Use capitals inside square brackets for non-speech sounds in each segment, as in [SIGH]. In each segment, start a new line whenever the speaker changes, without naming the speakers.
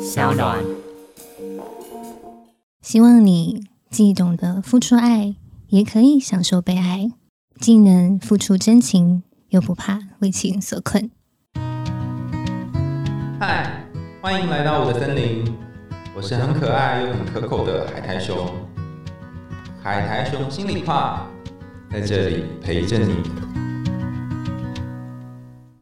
小暖。
希望你既懂得付出爱，也可以享受被爱；既能付出真情，又不怕为情所困。
嗨，欢迎来到我的森林，我是很可爱又很可口的海苔熊。海苔熊心里话，在这里陪着你。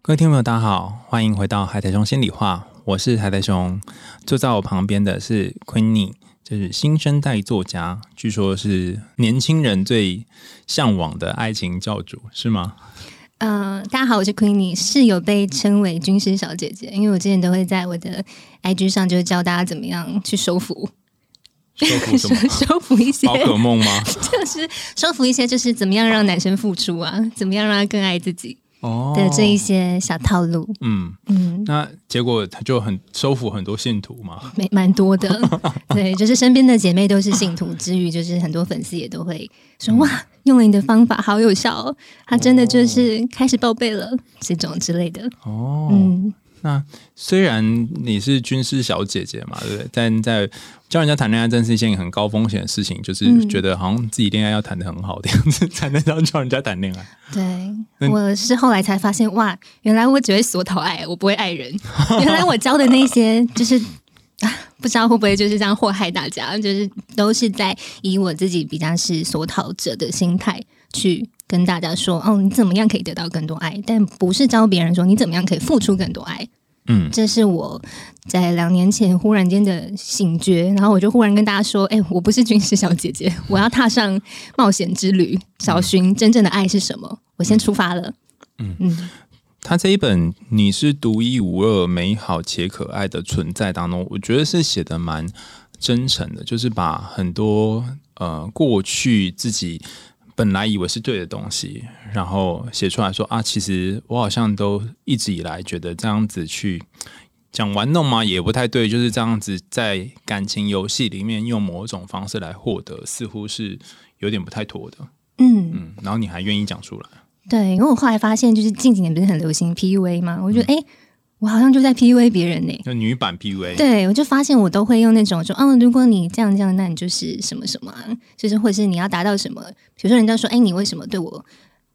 各位听众朋友，大家好，欢迎回到海苔熊心里话，我是海苔熊。坐在我旁边的是 Queenie，就是新生代作家，据说是年轻人最向往的爱情教主，
[LAUGHS]
是吗？
呃，大家好，我是 Queenie，是有被称为军师小姐姐，因为我之前都会在我的 IG 上就是教大家怎么样去收服， [LAUGHS]
收服什么？
收服一些
宝可梦吗？
就是收服一些，就是怎么样让男生付出啊，怎么样让他更爱自己
哦
的这一些小套路，
嗯，
嗯，
那结果他就很收服很多信徒嘛。
蛮蛮多的。对，就是身边的姐妹都是信徒，之余就是很多粉丝也都会说哇，用了你的方法好有效哦，他真的就是开始报备了这种之类的，
哦，
嗯。
那虽然你是军师小姐姐嘛，对不对？但在教人家谈恋爱，真是一件很高风险的事情，就是
嗯
觉得好像自己恋爱要谈的很好的样子，才能让教人家谈恋爱。
对，
那你
我是后来才发现，哇，原来我只会索讨爱，我不会爱人。原来我教的那些，就是啊不知道会不会就是这样祸害大家，就是都是在以我自己比较是索讨者的心态去跟大家说，哦，你怎么样可以得到更多爱，但不是教别人说你怎么样可以付出更多爱。
嗯，
这是我在两年前忽然间的醒觉，然后我就忽然跟大家说：“哎、我不是军事小姐 [LAUGHS] 姐，我要踏上冒险之旅，找寻真正的爱是什么。”我先出发了。
嗯
嗯，
他这一本《你是独一无二、美好且可爱的存在》当中，我觉得是写的蛮真诚的，就是把很多呃过去自己本来以为是对的东西，然后写出来说啊，其实我好像都一直以来觉得这样子去。讲玩弄嘛，也不太对，就是这样子，在感情游戏里面用某种方式来获得，似乎是有点不太妥的。
嗯
嗯，然后你还愿意讲出来，
对，因为我后来发现，就是近几年不是很流行 PUA 吗？我觉得，哎、我好像就在 PUA 别人呢、
就女版 PUA。
对，我就发现我都会用那种说，哦，如果你这样这样，那你就是什么什么、啊，就是或者是你要达到什么，比如说人家说，哎，你为什么对我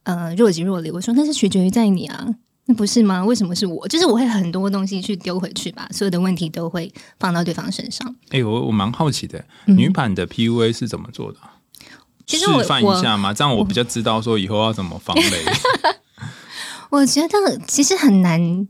呃若即若离？我说那是取决于在你啊，那不是吗？为什么是我？就是我会很多东西去丢回去吧，所有的问题都会放到对方身上。
哎、我我蛮好奇的，
嗯
女版的 PUA 是怎么做的啊、
其实我
示范一下嘛，这样我比较知道说以后要怎么防雷。
我觉得其实很难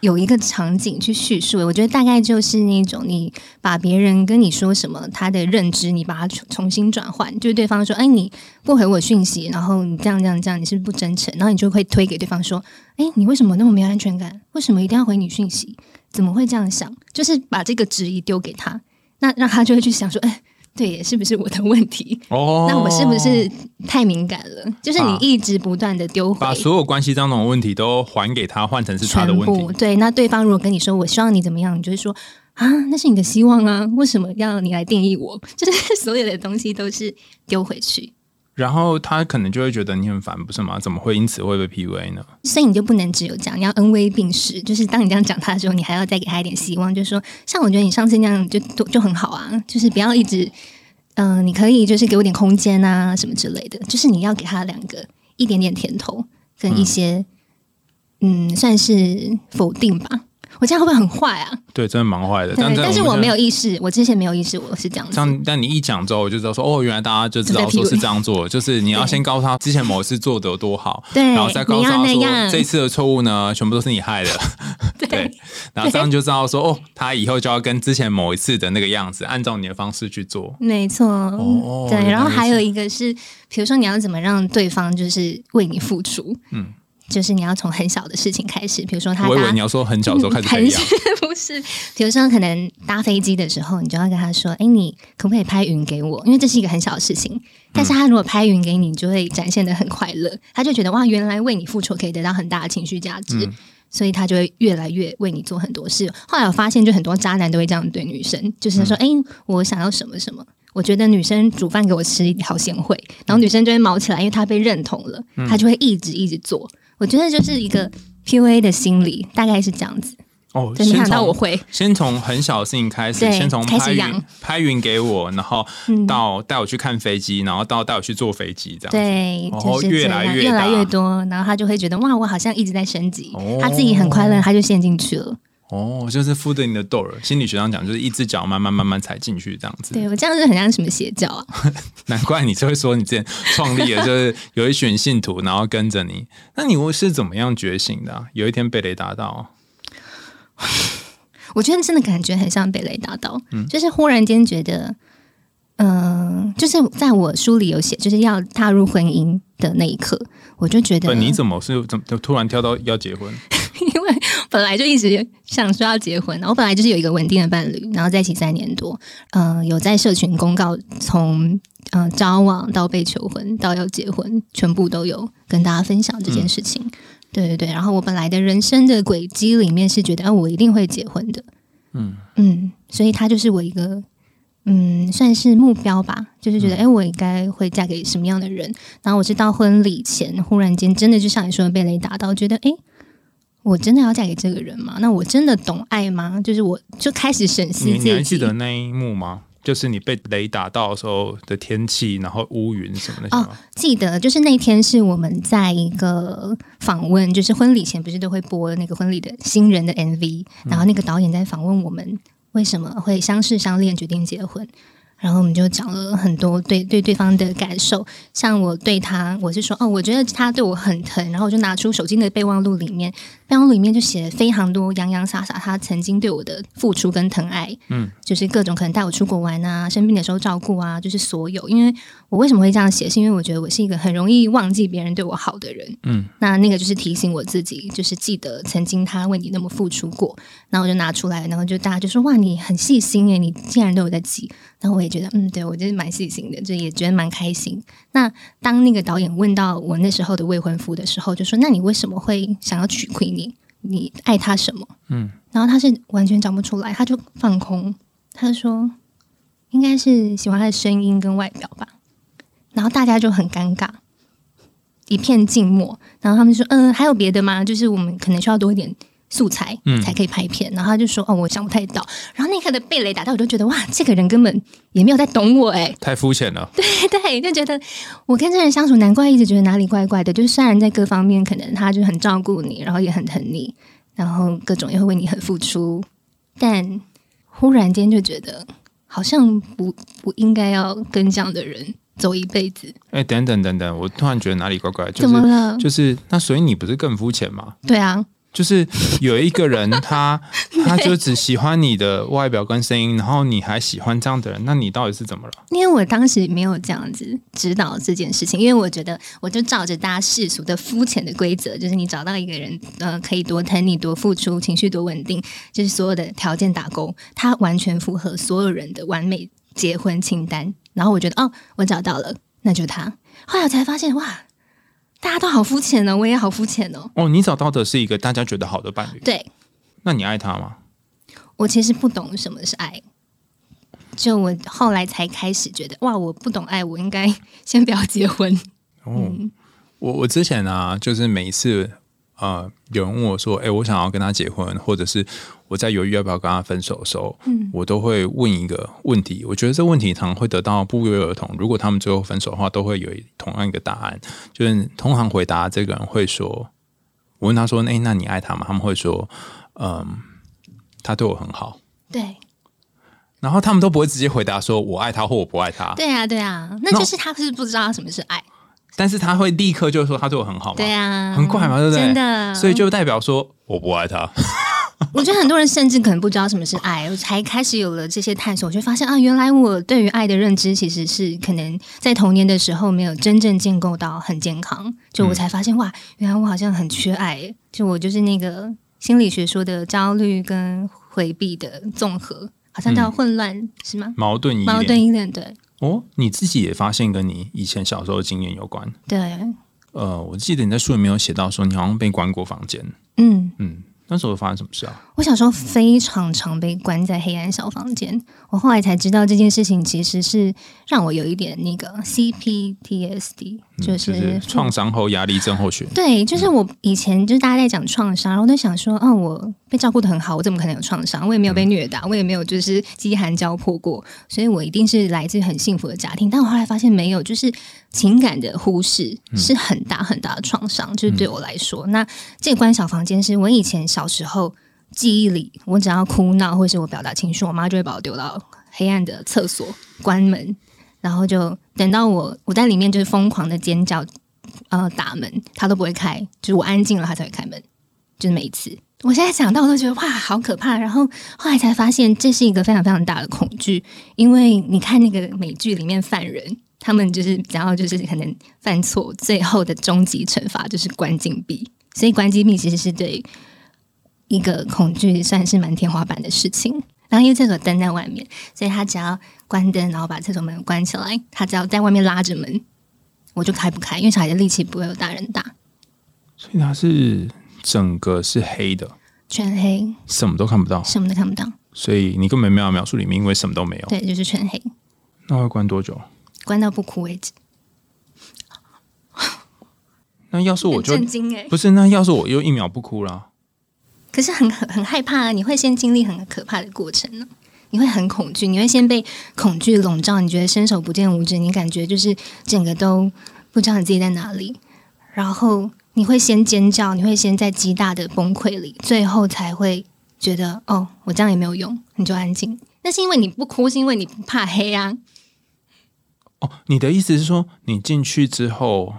有一个场景去叙述。我觉得大概就是那种你把别人跟你说什么，他的认知你把它重重新转换，就是对方说：“哎，你不回我讯息，然后你这样这样这样，你是不是不真诚。”然后你就会推给对方说：“哎，你为什么那么没安全感？为什么一定要回你讯息？怎么会这样想？”就是把这个质疑丢给他，那让他就会去想说：“哎。”对耶，是不是我的问题？ [LAUGHS]
哦
[LAUGHS] 那哎我是不是太敏感了？就是你
啊
一直不断的丢回，
把所有关系当中的问题都还给他，换成是
全
他的
部
问题？
对，那对方如果跟你说我希望你怎么样，你就会说啊，那是你的希望啊， [LAUGHS] 为什么要你来定义我？ [LAUGHS] 就是所有的东西都是丢回去，
然后他可能就会觉得你很烦，不是吗？怎么会因此会被 PUA 呢？
所以你就不能只有讲，你要恩威并施。就是当你这样讲他的时候，你还要再给他一点希望，就说像我觉得你上次那样就就就很好啊，就是不要一直，嗯、你可以就是给我点空间啊什么之类的，就是你要给他两个一点点甜头跟一些嗯算是否定吧。我这样会不会很坏啊？
对，真的蛮坏的。
对，
这样
哎
哦
但是我
们
没有意识，我之前没有意识我是这样
这
子。
样，但你一讲之后，我就知道说，哦，原来大家就知道
就在
说
PUA
是这样做的，就是你要
对
先告诉他之前某一次做的有多好，
对
然后再告诉他
你要那样
说这次的错误呢，全部都是
[LAUGHS]
你害的，对，然后这样就知道说，哦，他以后就要跟之前某一次的那个样子，按照你的方式去做。
没错，
哦
对。
原来
然后还
如此
有一个是，比如说你要怎么让对方就是为你付出，
嗯，
就是你要从很小的事情开始，比如说他
我以为
搭
你要说很小的时候开始培
很
养，
不嗯是， [LAUGHS] 比如说可能搭飞机的时候，你就要跟他说：“哎，你可不可以拍云给我？”因为这是一个很小的事情，但是他如果拍云给你，你就会展现的很快乐，他就觉得哇，原来为你付出可以得到很大的情绪价值。所以他就会越来越为你做很多事。后来我发现，就很多渣男都会这样对女生，就是说：“哎、我想要什么什么，我觉得女生煮饭给我吃好贤惠。”然后女生就会毛起来，因为她被认同了，她就会一直一直做。我觉得就是一个 PUA 的心理，大概是这样子。
哦，
对，没
先
想到
从
我会，
先从很小的事情开始，
对
先从
开始
拍云
养
拍云给我，然后
嗯
到带我去看飞机，然后到带我去坐飞机这样。，
对，
哦
就是
越
这
来
样
越
越来
大
越多，然后他就会觉得哇，我好像一直在升级，
哦
他自己很快乐，他就陷进去了。
哦，就是 food in the door，心理学上讲就是一只脚慢慢慢慢踩进去这样子。
对我这样是很像什么邪教啊？ [LAUGHS]
难怪你就会说你之前创立了，就是有一群信徒，然后跟着你。那你是怎么样觉醒的啊、有一天被雷打到，啊
我觉得真的感觉很像被雷打到，
嗯
就是忽然间觉得，嗯、就是在我书里有写，就是要踏入婚姻的那一刻，我就觉得
不，你怎么是怎么突然跳到要结婚？
因为 [LAUGHS] 本来就一直想说要结婚，然后本来就是有一个稳定的伴侣，然后在一起三年多，嗯、有在社群公告从嗯、呃交往到被求婚到要结婚，全部都有跟大家分享这件事情。对对对，然后我本来的人生的轨迹里面是觉得，啊，我一定会结婚的，
嗯
嗯，所以他就是我一个。嗯，算是目标吧，就是
嗯
觉得，哎、我应该会嫁给什么样的人？然后我是到婚礼前，忽然间真的就像你说的被雷打到，觉得，哎、我真的要嫁给这个人吗？那我真的懂爱吗？就是我就开始审视
你
自
你还
己。
记得那一幕吗？就是你被雷打到的时候的天气，然后乌云什么那些吗？
记得就是那天是我们在一个访问，就是婚礼前不是都会播那个婚礼的新人的 MV，、然后那个导演在访问我们为什么会相识相恋决定结婚，然后我们就讲了很多对对对方的感受，像我对他，我是说哦，我觉得他对我很疼，然后我就拿出手机的备忘录里面，备忘录里面就写了非常多洋洋洒洒他曾经对我的付出跟疼爱，
嗯，
就是各种可能带我出国玩啊，生病的时候照顾啊，就是所有，因为。我为什么会这样写？是因为我觉得我是一个很容易忘记别人对我好的人。
嗯，
那那个就是提醒我自己，就是记得曾经他为你那么付出过。然后我就拿出来，然后就大家就说：“哇，你很细心耶，你竟然都有在记。”然后我也觉得，嗯，对我就是蛮细心的，就也觉得蛮开心。那当那个导演问到我那时候的未婚夫的时候，就说：“那你为什么会想要娶 Queenie？你爱他什么？”
嗯，
然后他是完全讲不出来，他就放空，他就说：“应该是喜欢他的声音跟外表吧。”然后大家就很尴尬，一片静默。然后他们说：“嗯、还有别的吗？就是我们可能需要多一点素材，
嗯
才可以拍片。然后他就说：“哦，我想不太到。”然后那一刻的被雷打到，我就觉得哇，这个人根本也没有在懂我哎、
太肤浅了。
[LAUGHS] 对，就觉得我跟这人相处，难怪一直觉得哪里怪怪的。就是虽然在各方面可能他就很照顾你，然后也很疼你，然后各种也会为你很付出，但忽然间就觉得好像不不应该要跟这样的人走一辈子。
哎、等等等等，我突然觉得哪里怪怪，就
怎么
是
了？
就是那所以你不是更肤浅吗？
对啊，
就是有一个人他他就只喜欢你的外表跟声音，然后你还喜欢这样的人，那你到底是怎么了？
因为我当时没有这样子指导这件事情，因为我觉得我就照着大家世俗的肤浅的规则，就是你找到一个人，呃，可以多疼你、多付出、情绪多稳定，就是所有的条件打勾，他完全符合所有人的完美结婚清单。然后我觉得，哦，我找到了，那就他。后来我才发现，哇，大家都好肤浅哦，我也好肤浅哦。
哦，你找到的是一个大家觉得好的伴侣，
对，
那你爱他吗？
我其实不懂什么是爱，就我后来才开始觉得，哇，我不懂爱，我应该先不要结婚。
哦，
嗯
我我之前啊，就是每一次呃，有人问我说，哎、我想要跟他结婚，或者是我在犹豫要不要跟他分手的时候，嗯，我都会问一个问题。我觉得这问题常常会得到不约而同，如果他们最后分手的话，都会有一同样一个答案，就是通常回答这个人会说，我问他说，哎、那你爱他吗？他们会说，嗯，他对我很好。
对，
然后他们都不会直接回答说我爱他或我不爱他，
对啊，对啊，那
那
就是他是不知道什么是爱，
但是他会立刻就说他对我很好嘛，
对啊，
很快嘛，对不对？
真的，
所以就代表说我不爱他。
我觉得很多人甚至可能不知道什么是爱，我才开始有了这些探索，我就发现啊，原来我对于爱的认知其实是可能在童年的时候没有真正建构到很健康，就
嗯
我才发现、哇，原来我好像很缺爱，就我就是那个心理学说的焦虑跟回避的综合，好
嗯
像叫混乱、是吗？
矛盾依恋
矛盾依恋，对
哦，你自己也发现跟你以前小时候的经验有关。
对，
呃，我记得你在书里面有写到说你好像被关过房间，
嗯，
嗯，那时候发生什么事啊？
我小时候非常常被关在黑暗小房间，我后来才知道这件事情其实是让我有一点那个 CPTSD，
嗯
就
就是
是
创伤后压力症
[LAUGHS]
候群。
对，就是我以前就是大家在讲创伤，然后我就想说，嗯、我被照顾的很好，我怎么可能有创伤？我也没有被虐打，我也没有就是饥寒交迫过，所以我一定是来自很幸福的家庭。但我后来发现没有，就是情感的忽视是很大很大的创伤，就是对我来说。那这关小房间是我以前小时候记忆里，我只要哭闹或是我表达情绪，我妈就会把我丢到黑暗的厕所关门，然后就等到我我在里面就是疯狂的尖叫，呃打门，他都不会开，就是我安静了他才会开门，就是每一次。我现在想到我都觉得哇，好可怕。然后后来才发现这是一个非常非常大的恐惧，因为你看那个美剧里面犯人，他们就是然后就是可能犯错，最后的终极惩罚就是关禁闭。所以关禁闭其实是对一个恐惧算是蛮天花板的事情。然后因为厕所灯在外面，所以他只要关灯，然后把厕所门关起来，他只要在外面拉着门，我就开不开，因为小孩的力气不会有大人大，
所以它是整个是黑的，
全黑，
什么都看不到，
什么都看不到。
所以你根本没有描述里面，因为什么都没有。
对，就是全黑，
那会关多久？
关到不哭为止。
那要是我就
很震惊哎、
不是，那要是我又一秒不哭啦，
可是很很很害怕啊！你会先经历很可怕的过程呢、你会很恐惧，你会先被恐惧笼罩，你觉得伸手不见五指，你感觉就是整个都不知道你自己在哪里，然后你会先尖叫，你会先在极大的崩溃里，最后才会觉得哦，我这样也没有用，你就安静。那是因为你不哭，是因为你不怕黑啊。
哦，你的意思是说，你进去之后，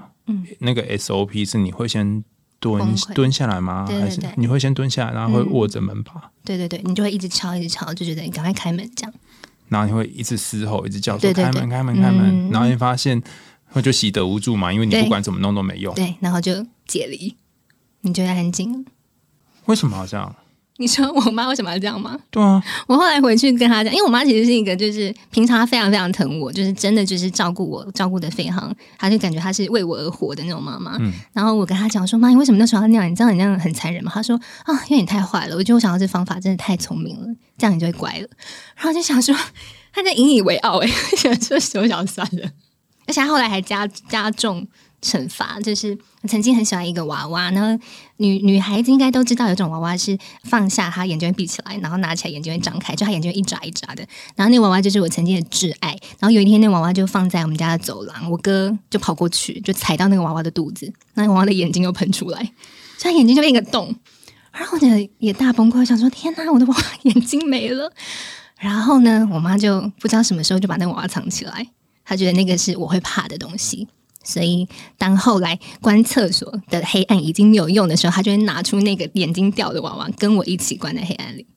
那个 SOP 是你会先蹲
嗯崩溃
蹲下来吗？
对对
还是
对嗯
你会先蹲下来，然后会握着门把，
对对对，你就会一直敲，一直敲，就觉得你赶快开门这样。
然后你会一直嘶吼，一直叫说
对对
开
对
门开门开门，
嗯
然后你发现那就习得无助嘛，因为你
对
不管怎么弄都没用。
对，然后就解离，你就会安静了。
为什么要这样？
你说我妈为什么要这样吗？
对啊，
我后来回去跟她讲，因为我妈其实是一个就是平常她非常非常疼我，就是真的就是照顾我，照顾的非常，她就感觉她是为我而活的那种妈妈。然后我跟她讲说：“妈，你为什么那时候要那样？你知道你那样很残忍吗？”她说：“啊，因为你太坏了，我觉得我想到这方法真的太聪明了，这样你就会乖了。”然后我就想说，她在引以为傲哎、欸， [LAUGHS] 想说手小算了，而且她后来还加加重。惩罚就是我曾经很喜欢一个娃娃，然后女女孩子应该都知道，有一种娃娃是放下她眼睛会闭起来，然后拿起来眼睛会张开，就她眼睛会一眨一眨的。然后那娃娃就是我曾经的挚爱。然后有一天，那娃娃就放在我们家的走廊，我哥就跑过去，就踩到那个娃娃的肚子，那个娃娃的眼睛又喷出来，所以她眼睛就变一个洞。然后我的也大崩溃，我想说天哪，我的娃娃眼睛没了。然后呢，我妈就不知道什么时候就把那个娃娃藏起来，她觉得那个是我会怕的东西。所以，当后来关厕所的黑暗已经没有用的时候，他就会拿出那个眼睛掉的娃娃，跟我一起关在黑暗里，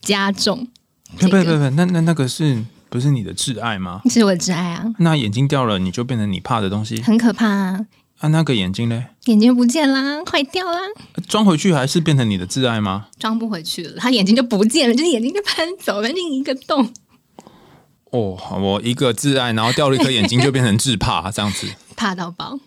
加重。
不
这
不
个
不不，那那那个是不是你的挚爱吗？
是我的挚爱啊，
那眼睛掉了，你就变成你怕的东西
很可怕啊，
啊？那个眼睛嘞，
眼睛不见啦，坏掉啦，
装回去还是变成你的挚爱吗？
装不回去了，他眼睛就不见了，就是眼睛就喷走了另一个洞。
哦，好我一个挚爱，然后掉了一颗眼睛，就变成自怕这样子，
怕到爆，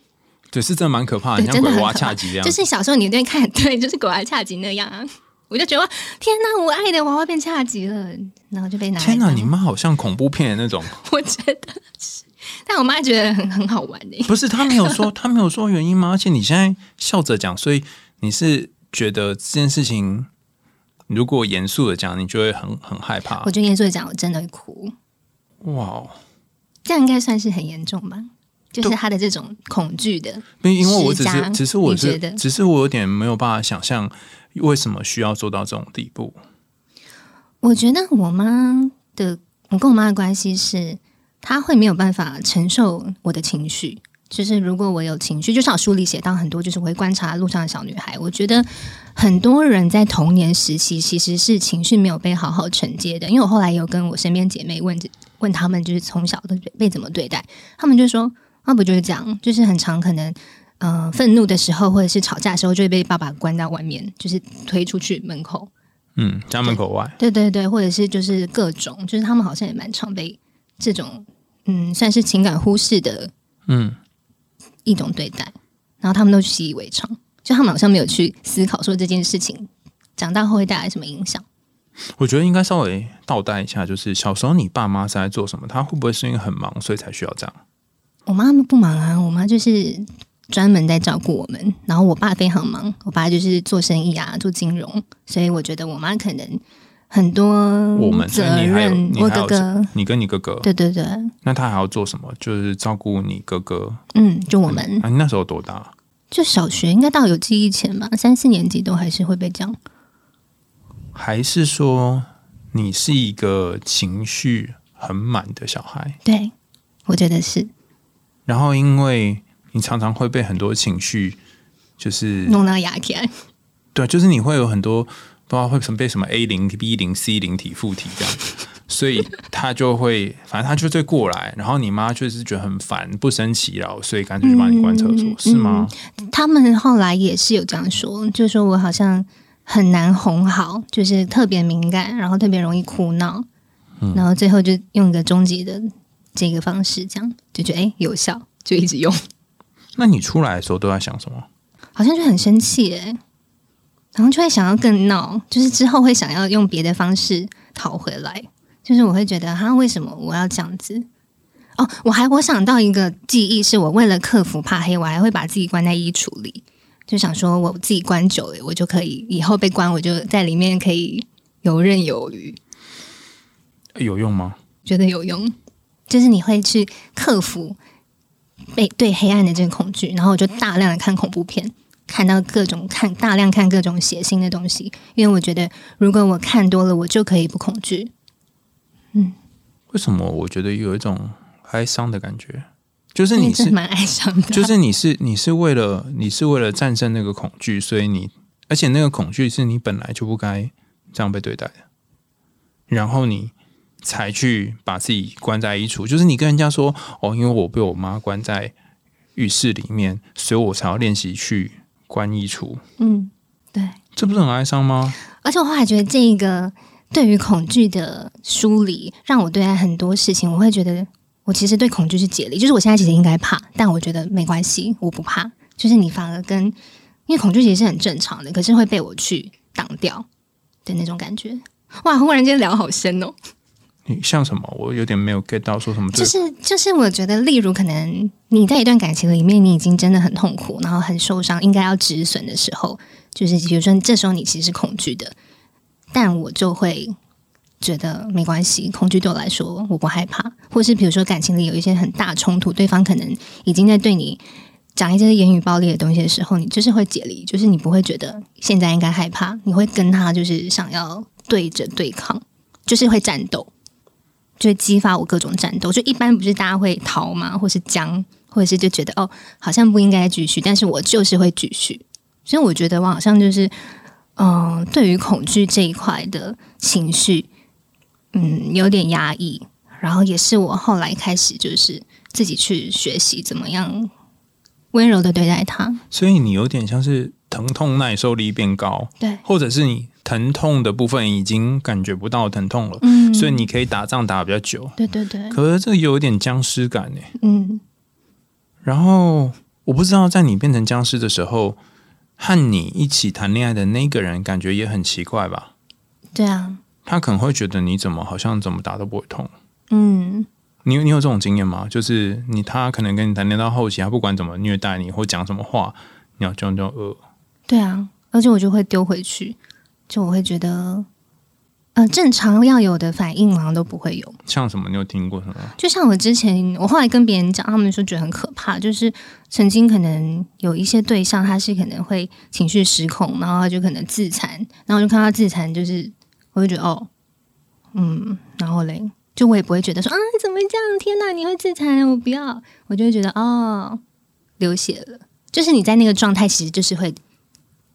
对，是真的蛮可怕的，
对，
像
真的
鬼
很
娃
可怕。
恰吉这样。
就是小时候你对看，对，就是狗娃恰吉那样啊，我就觉得哇天哪，我爱的娃娃变恰吉了，然后就被拿来
天哪，
当
你妈好像恐怖片的那种，
我觉得是，但我妈觉得很很好玩欸的、
不是？她没有说，她没有说原因吗？而且你现在笑着讲，所以你是觉得这件事情，如果严肃的讲，你就会很很害怕
我。觉得严肃的讲，我真的会哭，
哇哦，
这样应该算是很严重吧？就是他的这种恐惧的，
因因为我只
施
是
加，
只是我
你
是
觉得，
只是我有点没有办法想象为什么需要做到这种地步。
我觉得我妈的，我跟我妈的关系是，她会没有办法承受我的情绪。就是如果我有情绪，就像我书里写到很多，就是我会观察路上的小女孩。我觉得很多人在童年时期其实是情绪没有被好好承接的。因为我后来有跟我身边姐妹问问她们，就是从小都被怎么对待，她们就说：“那不就是这样？就是很常可能。”呃，愤怒的时候，或者是吵架的时候，就会被爸爸关到外面，就是推出去门口，
嗯，家门口外，
对对对，或者是就是各种，就是他们好像也蛮常被这种嗯，算是情感忽视的
嗯，
一种对待，然后他们都习以为常，就他们好像没有去思考说这件事情长大后会带来什么影响？
我觉得应该稍微倒带一下，就是小时候你爸妈是在做什么？他会不会是因为很忙，所以才需要这样？
我妈不忙啊，我妈就是专门在照顾我们。然后我爸非常忙，我爸就是做生意啊，做金融，所以我觉得我妈可能很多
我们，所以
责
你还有
任。
你
我
还
哥
有
哥，
你跟你哥哥，
对对对，
那他还要做什么？就是照顾你哥哥。
嗯，就我们
啊，你那时候多大？
就小学应该到有记忆前吧，三四年级都还是会被这样。
还是说你是一个情绪很满的小孩？
对，我觉得是
然后因为你常常会被很多情绪，就是
弄到牙起来。
对，就是你会有很多不知道会什么被什么 A 零、B 零、C 零体附体这样，所以他就会，反正他就会过来，然后你妈就是觉得很烦，不生其扰，所以干脆就把你关厕所，
嗯
是吗？
他们后来也是有这样说，就说我好像很难哄好，就是特别敏感，然后特别容易哭闹，然后最后就用一个终极的这个方式，这样就觉得哎、诶有效，就一直用，
那你出来的时候都在想什么？
好像就很生气哎、然后就会想要更闹，就是之后会想要用别的方式讨回来，就是我会觉得哈为什么我要这样子？哦，我还我想到一个记忆，是我为了克服怕黑，我还会把自己关在衣橱里，就想说我自己关久了，我就可以以后被关，我就在里面可以游刃有余，
有用吗？
觉得有用。就是你会去克服被对黑暗的这个恐惧，然后我就大量的看恐怖片，看到各种看大量看各种血腥的东西，因为我觉得如果我看多了，我就可以不恐惧。
为什么我觉得有一种哀伤的感觉？就是
因为 [LAUGHS]
你
这
是，
蛮哀伤的，
就是你是，你是为了你是为了战胜那个恐惧，所以你，而且那个恐惧是你本来就不该这样被对待的，然后你才去把自己关在衣橱。就是你跟人家说，哦，因为我被我妈关在浴室里面，所以我才要练习去关衣橱，
嗯，对。
这不是很哀伤吗？
而且我后来觉得，这一个对于恐惧的梳理，让我对待很多事情，我会觉得我其实对恐惧是解离，就是我现在其实应该怕，但我觉得没关系，我不怕。就是你反而跟，因为恐惧其实是很正常的，可是会被我去挡掉的那种感觉。哇，忽然间聊好深哦，
你像什么？我有点没有 get 到说什么
就
对
是就是，我觉得，例如可能你在一段感情里面，你已经真的很痛苦，然后很受伤，应该要止损的时候，就是比如说这时候你其实是恐惧的，但我就会觉得没关系，恐惧对我来说我不害怕，或是比如说感情里有一些很大冲突，对方可能已经在对你讲一些言语暴力的东西的时候，你就是会解离，就是你不会觉得现在应该害怕，你会跟他就是想要对着对抗，就是会战斗。就会激发我各种战斗。就一般不是大家会逃吗？或是僵，或者是就觉得哦，好像不应该继续，但是我就是会继续。所以我觉得我好像就是，嗯、对于恐惧这一块的情绪，嗯，有点压抑。然后也是我后来开始就是自己去学习怎么样温柔的对待它。
所以你有点像是疼痛耐受力变高，
对，
或者是你疼痛的部分已经感觉不到疼痛了，
嗯，
所以你可以打仗打得比较久。
对对对，
可是这有点僵尸感呢。
嗯，
然后我不知道在你变成僵尸的时候，和你一起谈恋爱的那个人感觉也很奇怪吧？
对啊，
他可能会觉得你怎么好像怎么打都不会痛。
嗯，
你你有这种经验吗？就是你他可能跟你谈恋爱到后期，他不管怎么虐待你或讲什么话，你要就就呃，
对啊，而且我就会丢回去，就我会觉得，呃，正常要有的反应好像都不会有。
像什么？你有听过什么？
就像我之前，我后来跟别人讲，他们说觉得很可怕，就是曾经可能有一些对象，他是可能会情绪失控，然后他就可能自残，然后我就看他自残，就是我就觉得哦，嗯，然后嘞，就我也不会觉得说啊你怎么会这样，天哪，你会自残，我不要，我就会觉得哦，流血了，就是你在那个状态，其实就是会。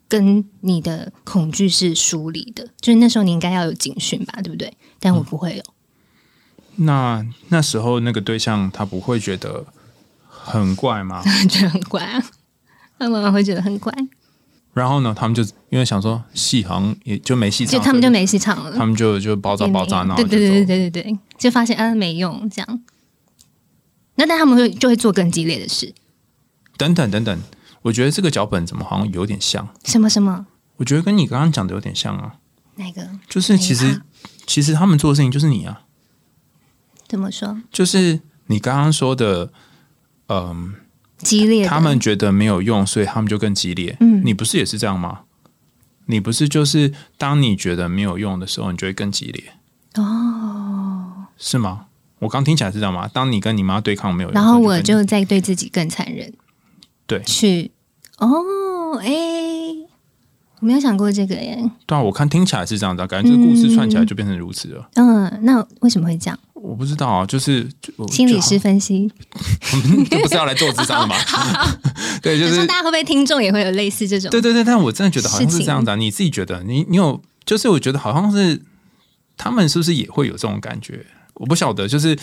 跟你的恐惧是疏离的，就是那时候你应该要有警讯吧，对不对？但我不会哦有，
那那时候那个对象他不会觉得很
[LAUGHS]
怪吗？
觉得很怪、啊，他们会觉得很怪，
然后呢，他们就因为想说戏行也就没戏唱，
就他们就没戏唱了，
他们就就包扎
也没
包扎，然后
对
就
对对
走
对对对，就发现啊没用这样。那但他们会就会做更激烈的事，
等等等等。我觉得这个脚本怎么好像有点像，
什么什么，
我觉得跟你刚刚讲的有点像啊，
哪个？
就是
哪一
其实
趴
其实他们做的事情就是你啊，
怎么说？
就是你刚刚说的，嗯、
激烈的？
他们觉得没有用，所以他们就更激烈。
嗯
你不是也是这样吗？你不是就是当你觉得没有用的时候，你就会更激烈，
哦，
是吗？我刚听起来是这样吗？当你跟你妈对抗没有用的
然
时候，
后我
你更
就再对自己更残忍，
对
去哦，哎、我没有想过这个耶。
对啊，我看听起来是这样子、啊，感觉这故事串起来就变成如此了。
嗯，那为什么会这样？
我不知道啊，就是就我
心理
[LAUGHS]
师
就
分析，
好这不是要来做智商
[LAUGHS]
的吗？对，就
想说
是
大家会不会听众也会有类似这种？
对对对，但我真的觉得好像
事
是
情
这样子、啊。你自己觉得，你你有，就是我觉得好像是他们是不是也会有这种感觉？我不晓得，就是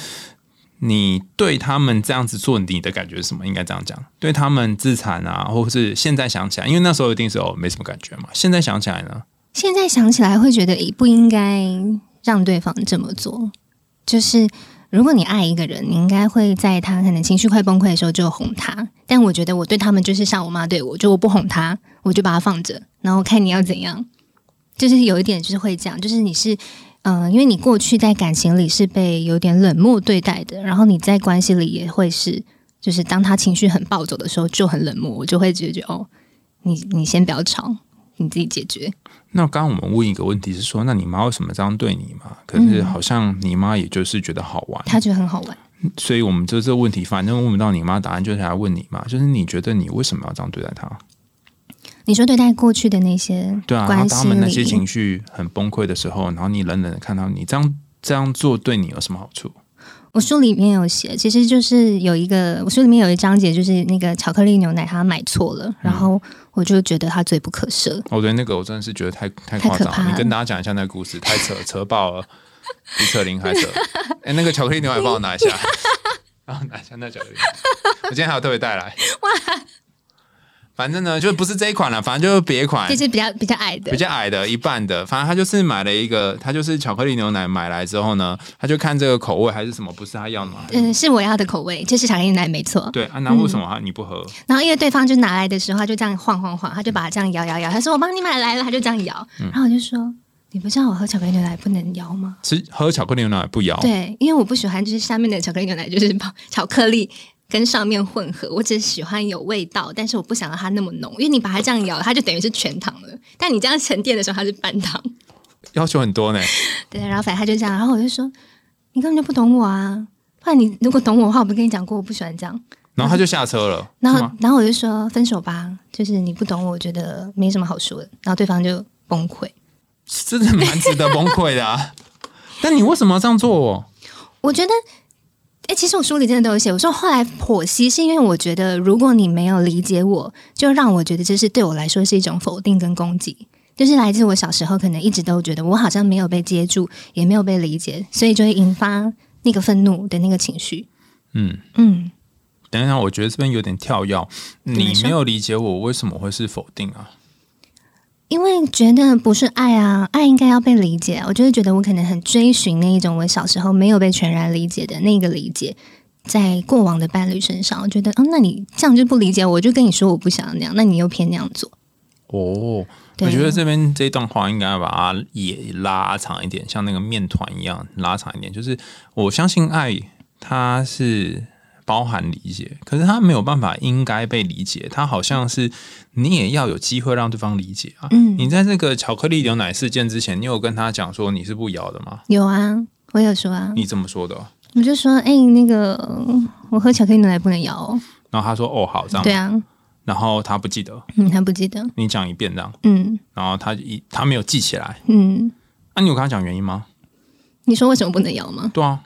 你对他们这样子做，你的感觉是什么？应该这样讲，对他们自残啊，或是现在想起来，因为那时候一定是哦没什么感觉嘛。现在想起来呢，
现在想起来会觉得诶不应该让对方这么做，就是。如果你爱一个人，你应该会在他可能情绪快崩溃的时候就哄他。但我觉得我对他们就是像我妈对我，就我不哄他，我就把他放着，然后看你要怎样。就是有一点就是会这样，就是你是，呃，因为你过去在感情里是被有点冷漠对待的，然后你在关系里也会是，就是当他情绪很暴走的时候就很冷漠，我就会直接觉得哦，你你先不要吵，你自己解决。
那刚刚我们问一个问题是说，那你妈为什么这样对你嘛？可
嗯
是好像你妈也就是觉得好玩，
他觉得很好玩。
所以我们就这个问题，反正问不到你妈，答案就是来问你嘛，就是你觉得你为什么要这样对待她？
你说对待过去的那些
对啊，然后
关
当
系
他们那些
里，
情绪很崩溃的时候，然后你冷冷的看到你这样这样做对你有什么好处？
我书里面有写，其实就是有一个，我书里面有一章节，就是那个巧克力牛奶他买错
嗯
了，然后我就觉得他罪不可赦。
我哦对那个我真的是觉得太太
太
夸
可
张
怕
了，
了
你跟大家讲一下那个故事，太扯 [LAUGHS] 扯爆了，比扯铃
[LAUGHS]
还扯。哎、那个巧克力牛奶帮我拿一下， [LAUGHS] 帮我拿一下那巧克力，我今天还有特别带来。哇，反正呢，就不是这一款了，反正就是别款
这。是比较比较矮的，
哎比较矮的一半的，反正他就是买了一个，他就是巧克力牛奶买来之后呢，他就看这个口味还是什么不是他要的嘛，
嗯、是我要的口味，这是巧克力牛奶没错。
对啊，那为什么他你不喝？
然后因为对方就拿来的时候，他就这样晃晃晃，他就把它这样摇摇摇，他说我帮你买来了，他就这样摇。
嗯
然后我就说，你不知道我喝巧克力牛奶不能摇吗？
吃喝巧克力牛奶不摇，
对，因为我不喜欢就是下面的巧克力牛奶，就是把巧克力跟上面混合，我只喜欢有味道，但是我不想要它那么浓，因为你把它这样摇，它就等于是全糖了。但你这样沉淀的时候，它是半糖。
要求很多呢。
[LAUGHS] 对，然后反正他就这样，然后我就说，你根本就不懂我啊。不然你如果懂我的话，我不跟你讲过，我不喜欢这样。
然后他就下车了，
[LAUGHS] 然
是
后
吗，
然后我就说分手吧，就是你不懂我，我觉得没什么好说的。然后对方就崩溃。
真的蛮值得崩溃的、
[LAUGHS]
啊。但你为什么要这样做？
我觉得，哎、其实我书里真的都有写。我说后来剖析，是因为我觉得，如果你没有理解我，就让我觉得这是对我来说是一种否定跟攻击，就是来自我小时候可能一直都觉得我好像没有被接住，也没有被理解，所以就会引发那个愤怒的那个情绪。
嗯，
嗯，
等一下，我觉得这边有点跳跃，
你
你
说
没有理解我为什么会是否定啊？
因为觉得不是爱啊，爱应该要被理解啊。我就是觉得我可能很追寻那一种我小时候没有被全然理解的那个理解，在过往的伴侣身上，我觉得，哦，那你这样就不理解我，我就跟你说我不想要那样，那你又偏那样做。
哦，
对啊
我觉得这边这一段话应该把它也拉长一点，像那个面团一样拉长一点。就是我相信爱，它是包含理解，可是它没有办法应该被理解，它好像是你也要有机会让对方理解啊。
嗯
你在这个巧克力牛奶事件之前，你有跟他讲说你是不摇的吗？
有啊，我有说啊，
你怎么说的哦？
我就说，哎、那个嗯我喝巧克力牛奶不能摇、哦，
然后他说哦好这样，
对啊，
然后他不记得，
嗯，还不记得，
你讲一遍这样，
嗯
然后他一他没有记起来。
嗯，
那、你有跟他讲原因吗？
你说为什么不能摇吗？
对啊，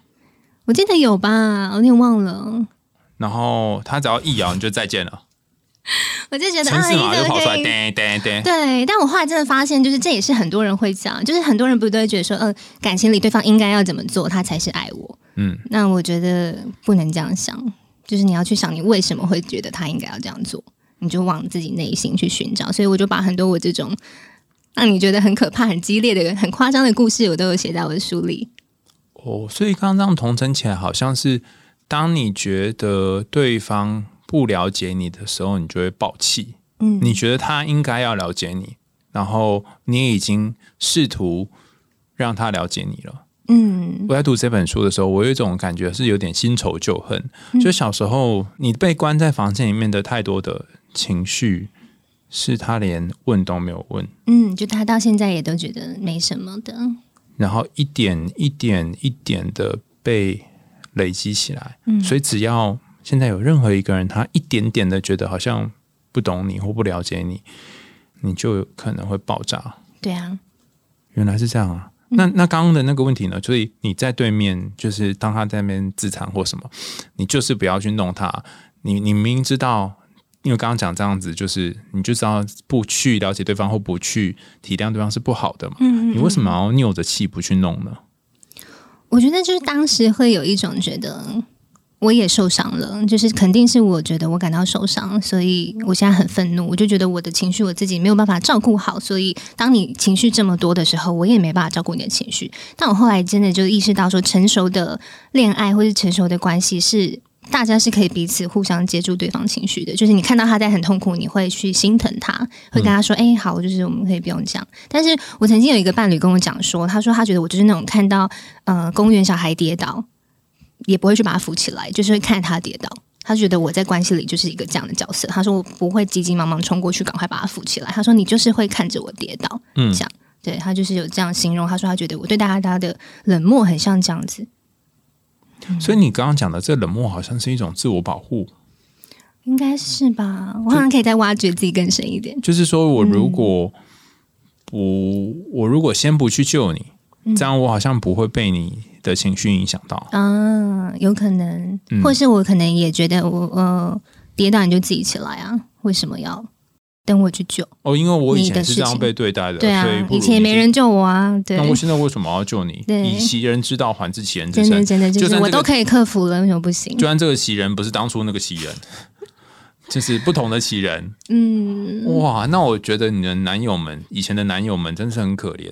我记得有吧，我有点忘了，
然后他只要一摇你就再见了。
我就觉得
城
啊，
市
一
嘛
个
就跑出来，
可以
叮叮叮。
对，但我后来真的发现，就是这也是很多人会这样，就是很多人不都会觉得说，呃，感情里对方应该要怎么做，他才是爱我。
嗯，
那我觉得不能这样想，就是你要去想，你为什么会觉得他应该要这样做，你就往自己内心去寻找。所以我就把很多我这种让你觉得很可怕、很激烈的、很夸张的故事，我都有写在我的书里。
哦，所以刚刚这样同整起来，好像是当你觉得对方不了解你的时候，你就会爆气。
嗯
你觉得他应该要了解你，然后你也已经试图让他了解你了。
嗯
我在读这本书的时候，我有一种感觉是有点新仇旧恨。
嗯
就小时候你被关在房间里面的太多的情绪，是他连问都没有问，
嗯，就他到现在也都觉得没什么的，
然后一点一点一点的被累积起来。
嗯
所以只要现在有任何一个人，他一点点的觉得好像不懂你或不了解你，你就有可能会爆炸。
对啊，
原来是这样啊。那
嗯
那刚刚的那个问题呢？所以你在对面，就是当他在那边自残或什么，你就是不要去弄他。你你明知道，因为刚刚讲这样子，就是你就知道不去了解对方或不去体谅对方是不好的嘛。
嗯
你为什么要拗着气不去弄呢？
我觉得就是当时会有一种觉得我也受伤了，就是肯定是我觉得我感到受伤，所以我现在很愤怒，我就觉得我的情绪我自己没有办法照顾好，所以当你情绪这么多的时候，我也没办法照顾你的情绪。但我后来真的就意识到说，成熟的恋爱或是成熟的关系是。大家是可以彼此互相接住对方情绪的，就是你看到他在很痛苦，你会去心疼他，会跟他说：“哎、好，就是我们可以不用这样。”但是我曾经有一个伴侣跟我讲说，他说他觉得我就是那种看到呃公园小孩跌倒，也不会去把他扶起来，就是会看他跌倒。他觉得我在关系里就是一个这样的角色。他说我不会急急忙忙冲过去，赶快把他扶起来。他说你就是会看着我跌倒，
嗯
这样。对他就是有这样形容。他说他觉得我对大家的冷漠很像这样子，
所以你刚刚讲的这冷漠，好像是一种自我保护。
应该是吧？我好像可以再挖掘自己更深一点。
就是说我如果不，我如果先不去救你，这样我好像不会被你的情绪影响到。
嗯啊，有可能，
嗯
或是我可能也觉得我呃跌倒你就自己起来啊，为什么要等我去救？
哦，因为我以
你的
前是这
事
样
情
被对待的，
对啊
所以，不如
以前也没
你
人救我啊，
就。
对
那，我现在为什么要救你？
对
以其人之道还治其人之
真的
身。
真的就
就是算
我
这个
都可以克服了，为什么不行
就？算这个其人不是当初那个其人， [LAUGHS] 就是不同的其人。
嗯，
哇，那我觉得你的男友们，以前的男友们真是很可怜。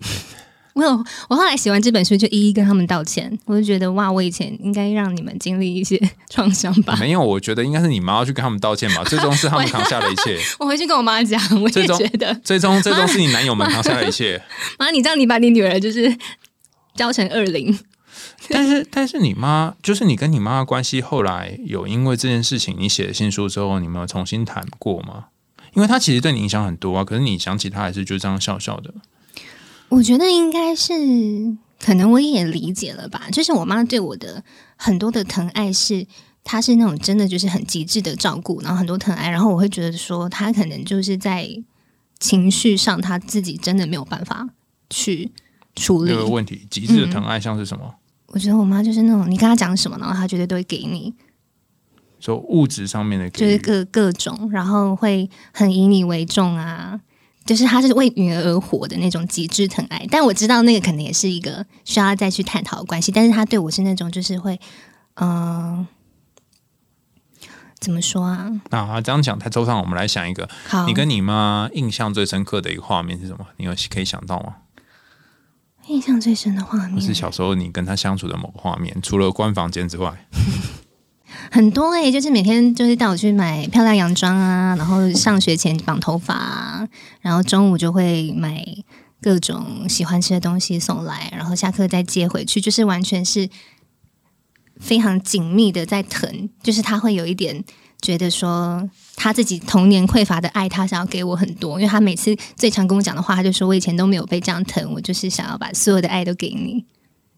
我有，我后来写完这本书就一一跟他们道歉，我就觉得哇，我以前应该让你们经历一些创伤
[LAUGHS]
吧。
没有，我觉得应该是你妈要去跟他们
[LAUGHS]
道歉吧。最终是他们扛下了一切，
我回去跟我妈讲，我
最
也
终
觉得，
最终最终是你男友们扛下了一切。
妈，你这样你把你女儿就是教成二零，
但是，但是你妈就是你跟你妈的关系，后来有因为这件事情，你写了信书之后，你们有重新谈过吗？因为她其实对你影响很多啊，可是你想起她还是就这样笑笑的。
我觉得应该是，可能我也理解了吧。就是我妈对我的很多的疼爱是，她是那种真的就是很极致的照顾，然后很多疼爱，然后我会觉得说，她可能就是在情绪上，她自己真的没有办法去处理
这。个问题，极致的疼爱像是什么？
我觉得我妈就是那种，你跟她讲什么，然后她绝对都会给你，
说物质上面的
就
给
是
予，
各各种，然后会很以你为重啊。就是她是为女儿而活的那种极致疼爱，但我知道那个可能也是一个需要再去探讨的关系。但是她对我是那种，就是会，嗯、怎么说啊？
啊，这样讲太抽象。我们来想一个，
好，
你跟你妈印象最深刻的一个画面是什么？你有可以想到吗？
印象最深的画
或是
面
小时候你跟她相处的某个画面，除了关房间之外，
很多诶、就是每天就是带我去买漂亮洋装啊，然后上学前绑头发、啊，然后中午就会买各种喜欢吃的东西送来，然后下课再接回去，就是完全是非常紧密的在疼，就是他会有一点觉得说他自己童年匮乏的爱，他想要给我很多，因为他每次最常跟我讲的话，他就说我以前都没有被这样疼，我就是想要把所有的爱都给你，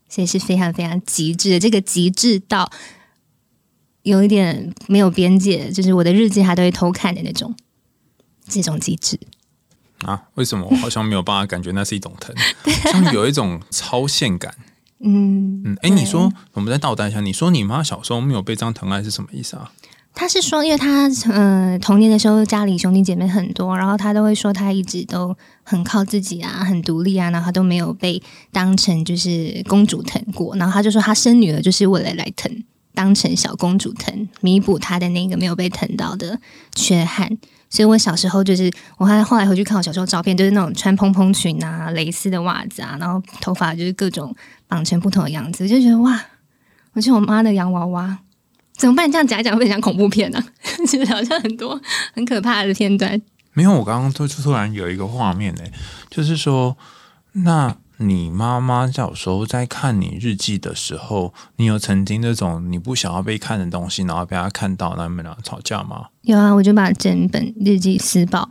所以是非常非常极致的，这个极致到有一点没有边界，就是我的日记他都会偷看的那种，这种极致。
啊，为什么我好像没有办法感觉那是一种疼，像有一种超限感。
嗯，
嗯，哎，你说我们再倒带一下，你说你妈小时候没有被这样疼爱是什么意思啊？
他是说，因为他呃童年的时候家里兄弟姐妹很多，然后他都会说他一直都很靠自己啊，很独立啊，然后他都没有被当成就是公主疼过，然后他就说他生女儿就是为了来疼，当成小公主疼，弥补他的那个没有被疼到的缺憾。所以我小时候就是，我还后来回去看我小时候照片，就是那种穿蓬蓬裙啊、蕾丝的袜子啊，然后头发就是各种绑成不同的样子，我就觉得哇，我是我妈的洋娃娃。 [LAUGHS] 怎么办？这样讲一讲会不会很像恐怖片呢、啊？其实好像很多很可怕的片段。
没有，我刚刚突突然有一个画面呢、就是说，那你妈妈小时候在看你日记的时候，你有曾经那种你不想要被看的东西，然后被她看到，然后你们俩吵架吗？
有啊，我就把整本日记撕爆。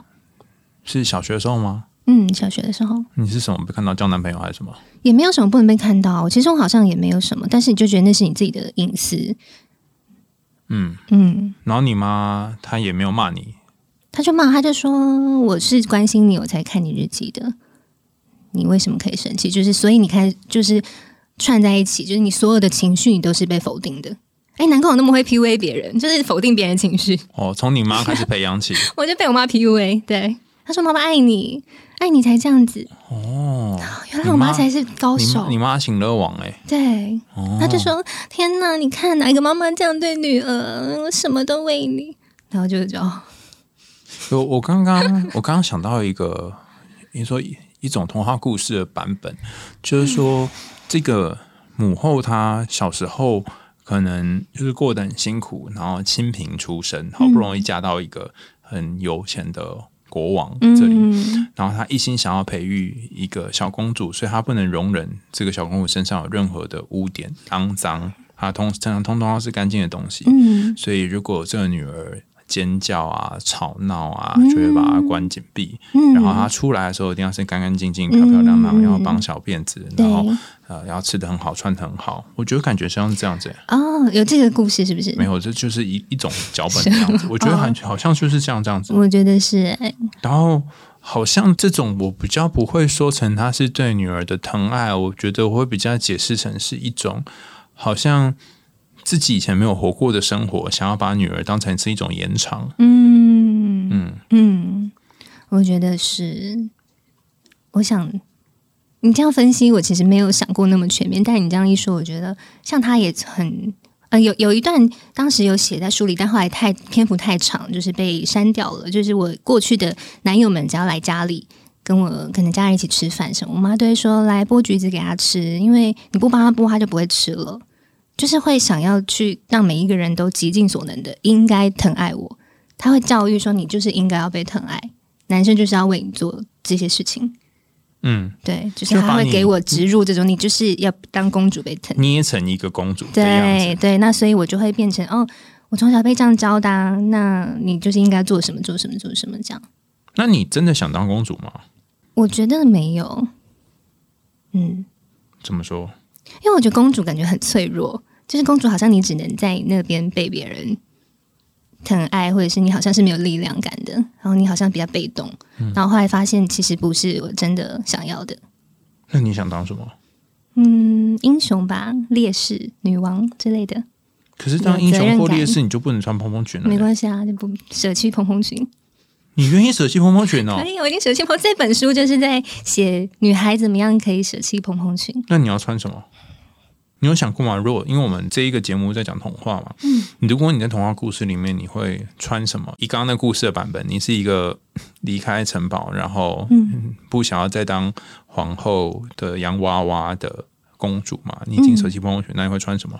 是小学的时候吗？
嗯，小学的时候
你是什么被看到交男朋友还是什么？
也没有什么不能被看到，其实我好像也没有什么，但是你就觉得那是你自己的隐私。
嗯，
嗯，
然后你妈她也没有骂你，
他就骂，他就说我是关心你，我才看你日记的，你为什么可以生气？就是所以你看，就是串在一起，就是你所有的情绪你都是被否定的。哎，难怪我那么会 PUA 别人，就是否定别人情绪，
哦，从你妈开始培养起，
我就被我妈 PUA。对，她说妈妈爱你，爱你才这样子。
哦，
原来我妈
你妈
才是高
你
手
妈。你妈请乐网哎、
对，
哦，
她就说：“天哪，你看哪一个妈妈这样对女儿？我什么都为你。”然后就是哦，
我我刚刚 [LAUGHS] 我刚刚想到一个，你说一一种童话故事的版本，就是说这个母后她小时候可能就是过得很辛苦，然后清贫出身，好不容易嫁到一个很有钱的国王这里，
嗯，
然后她一心想要培育一个小公主，所以她不能容忍这个小公主身上有任何的污点、肮脏，她通常通通都是干净的东西，
嗯，
所以如果这个女儿尖叫啊、吵闹啊，
嗯
就会把她关紧闭。
嗯
然后她出来的时候一定要是干干净净、漂漂亮亮，
嗯
要绑小辫子，
对
然后呃要吃的很好、穿的很好。我觉得感觉像是这样子、啊
哦，有这个故事是不是？
没有，这就是一一种脚本的样子。我觉得
[LAUGHS]
好像好像就是这样这样子。
哦我觉得是、哎
然后好像这种我比较不会说成他是对女儿的疼爱，我觉得我会比较解释成是一种好像自己以前没有活过的生活，想要把女儿当成是一种延长。
嗯
嗯，
嗯，我觉得是。我想你这样分析，我其实没有想过那么全面，但你这样一说，我觉得像他也很。呃，有有一段当时有写在书里，但后来太篇幅太长，就是被删掉了。就是我过去的男友们只要来家里跟我可能家人一起吃饭什么，我妈都会说来剥橘子给他吃，因为你不帮他剥，他就不会吃了。就是会想要去让每一个人都极尽所能的应该疼爱我，他会教育说你就是应该要被疼爱，男生就是要为你做这些事情。
嗯，
对，就是
就把
他会
你
给我植入这种，你就是要当公主被疼。
捏成一个公主的嗯样
对
子。
对，那所以我就会变成哦，我从小被这样教的、啊，那你就是应该做什么做什么做什么这样。
那你真的想当公主吗？
我觉得没有，嗯，
怎么说？
因为我觉得公主感觉很脆弱，就是公主好像你只能在那边被别人疼爱，或者是你好像是没有力量感的，然后你好像比较被动。然后后来发现其实不是我真的想要的，
那你想当什么？
嗯，英雄吧，烈士、女王之类的，
可是当英雄或烈士，你就不能穿蓬蓬裙
没
了。
关系啊，就不舍弃蓬蓬裙。
你愿意舍弃蓬蓬裙哦
可？以，我已经舍弃蓬。这本书就是在写女孩怎么样可以舍弃蓬蓬裙。
那你要穿什么？你有想过吗？如果因为我们这一个节目在讲童话嘛，嗯，如果你在童话故事里面，你会穿什么？以刚刚那故事的版本，你是一个离开城堡，然后
嗯
不想要再当皇后的洋娃娃的公主嘛？你已
嗯
经舍弃朋友圈，那你会穿什么？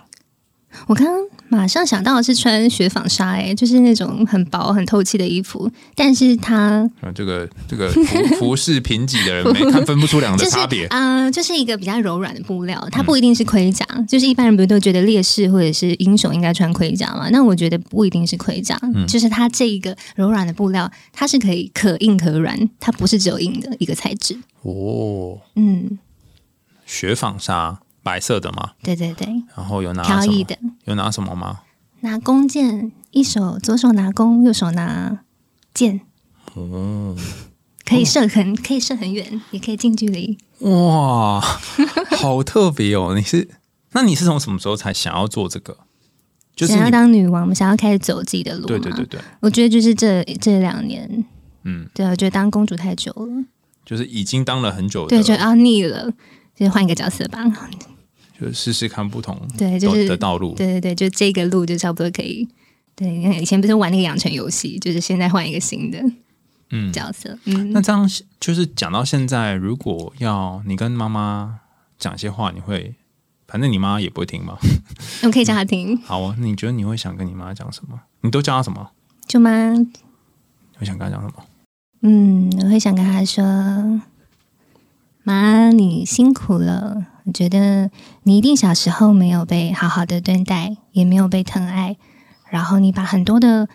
我刚刚马上想到的是穿雪纺纱，哎，就是那种很薄、很透气的衣服，但是它
啊，这个这个服服饰贫瘠的人，没看分不出两个
就是
差别。嗯
呃，就是一个比较柔软的布料，它不一定是盔甲。就是一般人不是都觉得烈士或者是英雄应该穿盔甲嘛？那我觉得不一定是盔甲，
嗯
就是它这一个柔软的布料，它是可以可硬可软，它不是只有硬的一个材质。
哦，
嗯，
雪纺纱，白色的嘛，
对对对，
然后有拿
飘
什
逸
么？
的，
有拿什么吗？
拿弓箭，一手左手拿弓，右手拿箭，
哦，
可以射很，可以射很远，也可以近距离。
哇， [LAUGHS] 好特别哦！你是，那你是从什么时候才想要做这个？就是
想要
你，
当女王，我们想要开始走自己的路嘛。
对对对对，
我觉得就是这这两年，
嗯，
对，我觉得当公主太久了，
就是已经当了很久的，
对，就啊腻了，就换一个角色吧。 [LAUGHS]
就试试看不同
对，就
的
是
的道路。
对对对，就这个路就差不多可以。对，因为以前不是玩那个养成游戏，就是现在换一个新的
嗯，
角色。嗯，
那这样就是讲到现在，如果要你跟妈妈讲一些话，你会，反正你妈也不会听嘛。
我可以叫他听，
好啊，你觉得你会想跟你妈讲什么？你都叫她什么？
舅妈
你会想跟她讲什么？
嗯，我会想跟他说：“妈，你辛苦了。我觉得你一定小时候没有被好好的对待，也没有被疼爱，然后你把很多的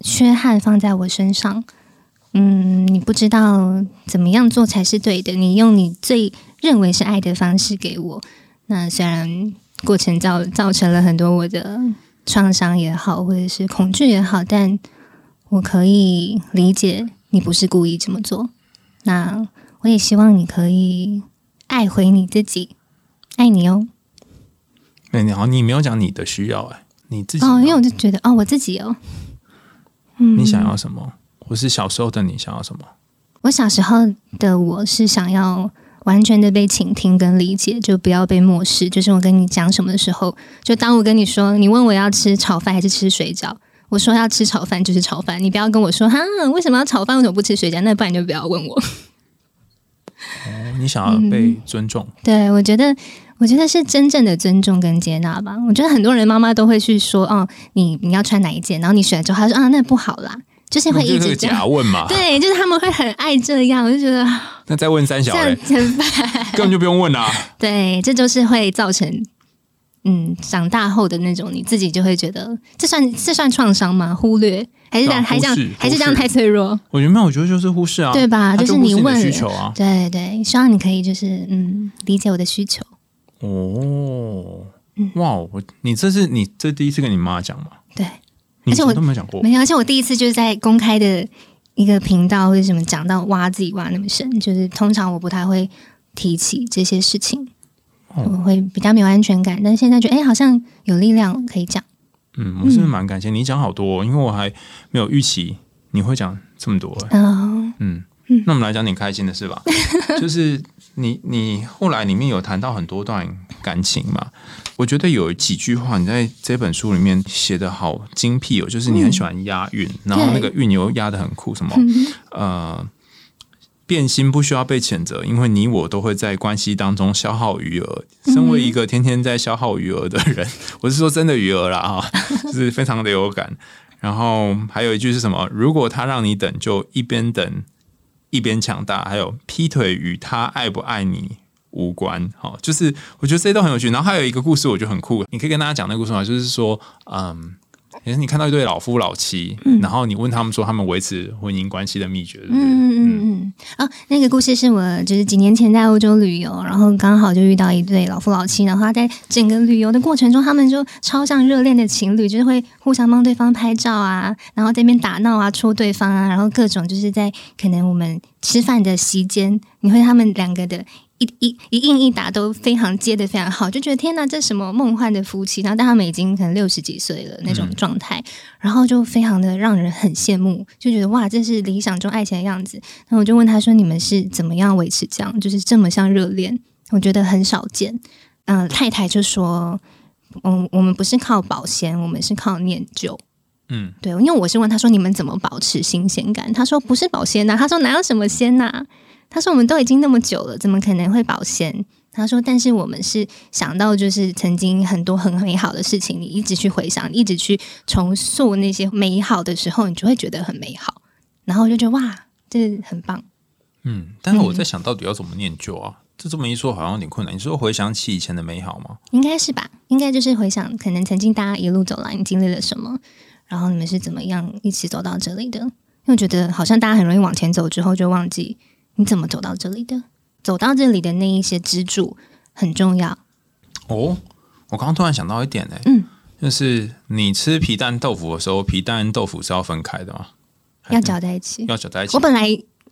缺憾放在我身上。嗯，你不知道怎么样做才是对的，你用你最认为是爱的方式给我。那虽然过程造造成了很多我的创伤也好，或者是恐惧也好，但我可以理解你不是故意这么做。那我也希望你可以爱回你自己，爱你哦。
那你好，你没有讲你的需要哎、你自己
哦，因为
要
我就觉得哦，我自己哦，嗯
你想要什么，或是小时候的你想要什么？
我小时候的我是想要完全的被倾听跟理解，就不要被漠视。就是我跟你讲什么的时候，就当我跟你说，你问我要吃炒饭还是吃水饺，我说要吃炒饭就是炒饭，你不要跟我说哈为什么要炒饭，为什么不吃水饺？那不然你就不要问我。
哦你想要被尊重，
对，我觉得，我觉得是真正的尊重跟接纳吧。我觉得很多人妈妈都会去说，哦，你你要穿哪一件，然后你选了之后，她说啊， [LAUGHS] 那不好啦，就是会
那
一
就是
直
个
这 [LAUGHS] 样。
假问嘛。
对，就是他们会很爱这样，我就觉得啊
那再问三
这
小
样
嘞，
很烦。
根本就不用问啦、啊
对，这就是会造成，嗯，长大后的那种，你自己就会觉得，这算这算创伤吗？忽略还是这样，
对啊
还这
忽视
样，还是这样
忽视
太脆弱，
我觉得没有，我觉得就是忽视啊，
对吧？
他
就是
忽视你的
问
需
了，
求啊。
对对，希望你可以就是嗯，理解我的需求。
哦，哇，我你这是你这第一次跟你妈讲吗？
嗯对，
你以
而且我
前都没有讲过。
没有，而且我第一次就是在公开的一个频道或者什么讲到挖自己挖那么深，就是通常我不太会提起这些事情，
哦
我会比较没有安全感。但是现在觉得，哎，好像有力量可以讲。
嗯，我是蛮感谢你讲好多、哦，因为我还没有预期你会讲这么多、哎
嗯、
嗯，那我们来讲点开心的事吧，就是你你后来里面有谈到很多段感情嘛，我觉得有几句话你在这本书里面写的好精辟哦，就是你很喜欢押韵，然后那个韵又押的很酷，什么呃。变心不需要被谴责，因为你我都会在关系当中消耗余额。身为一个天天在消耗余额的人，我是说真的余额啦啊，就是非常的有感。然后还有一句是什么？如果他让你等，就一边等一边强大。还有劈腿与他爱不爱你无关。好、就是我觉得这些都很有趣。然后还有一个故事，我觉得很酷，你可以跟大家讲那个故事吗？就是说，嗯。也是你看到一对老夫老妻，然后你问他们说他们维持婚姻关系的秘诀，对不对？
嗯嗯嗯，哦，那个故事是我就是几年前在欧洲旅游，然后刚好就遇到一对老夫老妻，然后他在整个旅游的过程中，他们就超像热恋的情侣，就是会互相帮对方拍照啊，然后在那边打闹啊，戳对方啊，然后各种就是在可能我们吃饭的席间，你会他们两个的。一一一应一答都非常接的非常好，就觉得天哪，这什么梦幻的夫妻？然后但他们已经可能六十几岁了那种
嗯
状态，然后就非常的让人很羡慕，就觉得哇，这是理想中爱情的样子。那我就问他说：“你们是怎么样维持这样，就是这么像热恋？我觉得很少见。嗯、太太就说：“嗯，我们不是靠保鲜，我们是靠念旧。”
嗯，
对，因为我是问他说：“你们怎么保持新鲜感？”他说：“不是保鲜呐、啊他说：“哪有什么鲜呐、他说：“我们都已经那么久了，怎么可能会保鲜？”他说：“但是我们是想到，就是曾经很多很美好的事情，你一直去回想，一直去重塑那些美好的时候，你就会觉得很美好。然后我就觉得哇，这很棒。
嗯，但是我在想到底要怎么念旧啊？就这么一说，好像有点困难。你说回想起以前的美好吗？
应该是吧？应该就是回想，可能曾经大家一路走来，你经历了什么，然后你们是怎么样一起走到这里的？因为我觉得好像大家很容易往前走之后就忘记你怎么走到这里的，走到这里的那一些支柱很重要。
哦，我刚刚突然想到一点呢、欸
嗯，
就是你吃皮蛋豆腐的时候，皮蛋豆腐是要分开的吗？还
要
是
搅在一起。
要搅在一起
我。本来